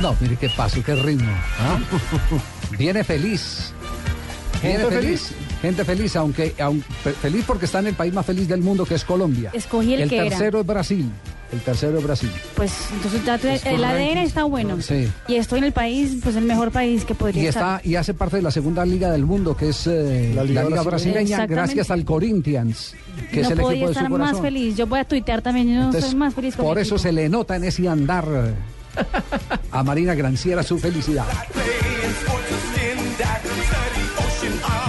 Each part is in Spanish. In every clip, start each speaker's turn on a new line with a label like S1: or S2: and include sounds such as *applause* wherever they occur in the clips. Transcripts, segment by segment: S1: No, mire qué paso, qué ritmo. *laughs* ¿ah? Viene feliz. Viene
S2: Gente
S1: feliz. Gente feliz, aunque, aun- fe- feliz porque está en el país más feliz del mundo que es Colombia.
S3: Escogí el que era.
S1: tercero es Brasil. El tercero es Brasil.
S3: Pues entonces ya te-
S1: Es
S3: el ADN
S1: correcto.
S3: está bueno.
S1: Sí.
S3: Y estoy en el país, pues el mejor país que podría
S1: Y
S3: estar.
S1: está y hace parte de la segunda liga del mundo que es eh, la liga,
S2: La liga
S3: brasileña.
S1: brasileña
S3: Exactamente.
S1: gracias al Corinthians que
S3: no
S1: es el equipo
S3: podía
S1: de su
S3: estar
S1: corazón.
S3: más feliz. Yo voy a tuitear también, yo no
S1: Entonces,
S3: soy más feliz con
S1: por
S3: mi
S1: eso
S3: equipo.
S1: se le nota en ese andar eh, a Marina Granciera su felicidad.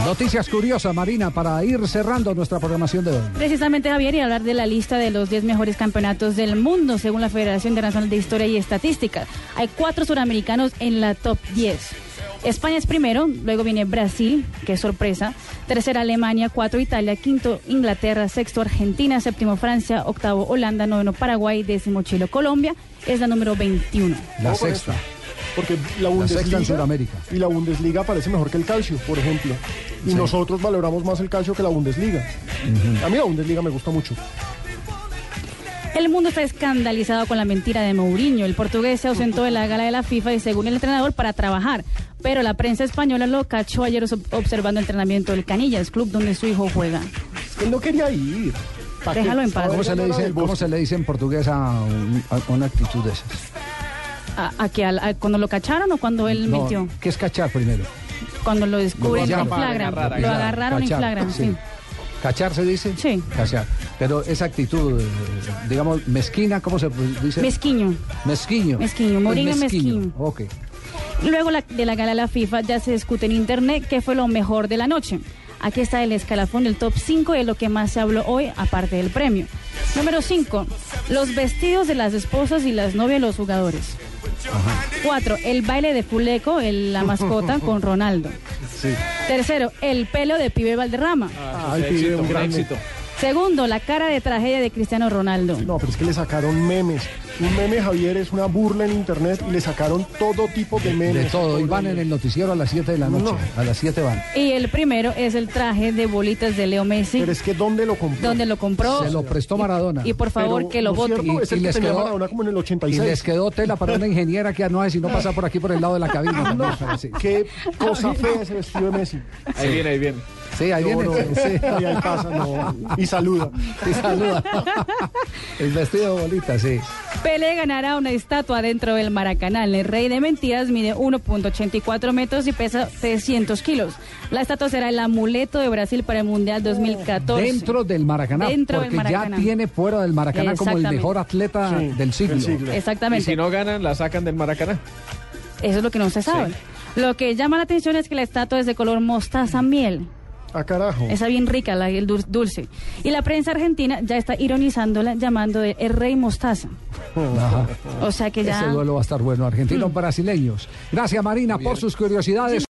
S1: Noticias curiosas, Marina, para ir cerrando nuestra programación de hoy.
S3: Precisamente, Javier, y hablar de la lista de los 10 mejores campeonatos del mundo, según la Federación Internacional de Historia y Estadística. Hay cuatro suramericanos en la top 10. España es primero, luego viene Brasil, que es sorpresa. Tercera, Alemania. Cuatro, Italia. Quinto, Inglaterra. Sexto, Argentina. Séptimo, Francia. Octavo, Holanda. Noveno, Paraguay. Décimo, Chile. Colombia es la número 21.
S1: La
S2: No, por
S1: sexta.
S2: eso. Porque la Bundesliga
S1: sexta en Sudamérica.
S2: y la Bundesliga parece mejor que el calcio, por ejemplo. Y nosotros valoramos más el calcio que la Bundesliga. A mí la Bundesliga me gusta mucho.
S3: El mundo está escandalizado con la mentira de Mourinho. El portugués se ausentó de la gala de la FIFA y según el entrenador para trabajar. Pero la prensa española lo cachó ayer os- observando el entrenamiento del Canillas, club donde su hijo juega.
S2: Él no quería ir. ¿Pa' qué?
S3: Déjalo en paz.
S2: Estaba
S1: ¿Cómo se, le
S2: ganando
S1: dice,
S2: del
S1: ¿Cómo
S2: Bosque.
S1: se le dice en portugués a, un- a una actitud de esas?
S3: ¿A, a qué? ¿Al- a- ¿Cuando lo cacharon o cuando él
S1: No,
S3: mintió?
S1: ¿Qué es cachar primero?
S3: Cuando lo descubren, lo
S1: pillaron.
S3: flagran. Lo
S1: Cachar,
S3: agarraron en
S1: cachar,
S3: flagran,
S1: sí.
S3: sí.
S1: ¿Cachar se dice?
S3: Sí.
S1: Cachar. Pero esa actitud, eh, digamos, mezquina, ¿cómo se dice?
S3: Mezquiño.
S1: Mezquiño.
S3: Mezquiño, Mourinho
S1: Es
S3: mezquiño.
S1: Ok.
S3: Luego la- de la gala de la FIFA ya se discute en internet qué fue lo mejor de la noche. Aquí está el escalafón del top 5 de lo que más se habló hoy, aparte del premio. Número 5, los vestidos de las esposas y las novias de los jugadores. 4, el baile de Fuleco, el- la mascota, con Ronaldo. Tercero, el pelo de Pibe Valderrama.
S2: Ah, el pibe, un gran éxito.
S3: Segundo, la cara de tragedia de Cristiano Ronaldo.
S2: No, pero es que le sacaron memes. Un meme, Javier, es una burla en internet y le sacaron todo tipo de
S1: De
S2: memes.
S1: todo. Y van en el noticiero a las 7 de la noche.
S2: No.
S1: A las 7 van.
S3: Y el primero es el traje de bolitas de Leo Messi,
S2: Pero es que ¿dónde lo compró?
S3: donde lo compró.
S1: Se lo prestó Maradona.
S3: Y por favor,
S2: Pero
S3: que lo voten.
S2: cierto es
S1: Y-
S2: el
S1: y
S2: que
S1: les
S2: tenía
S1: quedó-
S2: Maradona como en el
S1: Y
S2: 86.
S1: les quedó tela para una ingeniera que no es y no pasa por aquí por el lado de la
S2: Ah,
S1: cabina. también, para decir.
S2: Qué cosa fea ese vestido de
S1: *laughs*
S2: Messi.
S4: Ahí viene, ahí viene.
S1: Sí, ahí viene.
S2: No, no,
S1: sí.
S2: Y ahí pasa, no. Y saluda.
S1: Y saluda. El vestido de bolita, sí.
S3: Pele ganará una estatua dentro del Maracaná. El rey de mentiras mide 1.84 metros y pesa 300 kilos. La estatua será el amuleto de Brasil para el Mundial
S4: Oh.
S3: 2014.
S1: Dentro del Maracaná.
S3: Dentro del
S1: porque
S3: Maracaná.
S1: ya tiene fuera del Maracaná como el
S3: Exactamente.
S1: mejor atleta
S2: Sí,
S1: del siglo.
S2: del siglo.
S4: Y
S3: Exactamente.
S4: si no ganan, la sacan del Maracaná.
S3: Eso es lo que no se sabe. Lo que llama la atención es que la estatua es de color mostaza miel.
S2: Ah, carajo.
S3: Esa bien rica, la, el dul- dulce. Y la prensa argentina ya está ironizándola llamando de el rey mostaza.
S1: Ajá.
S3: O sea que ya... Mm.
S1: Ese duelo va a estar bueno. Argentinos brasileños. Gracias, Marina, por sus curiosidades.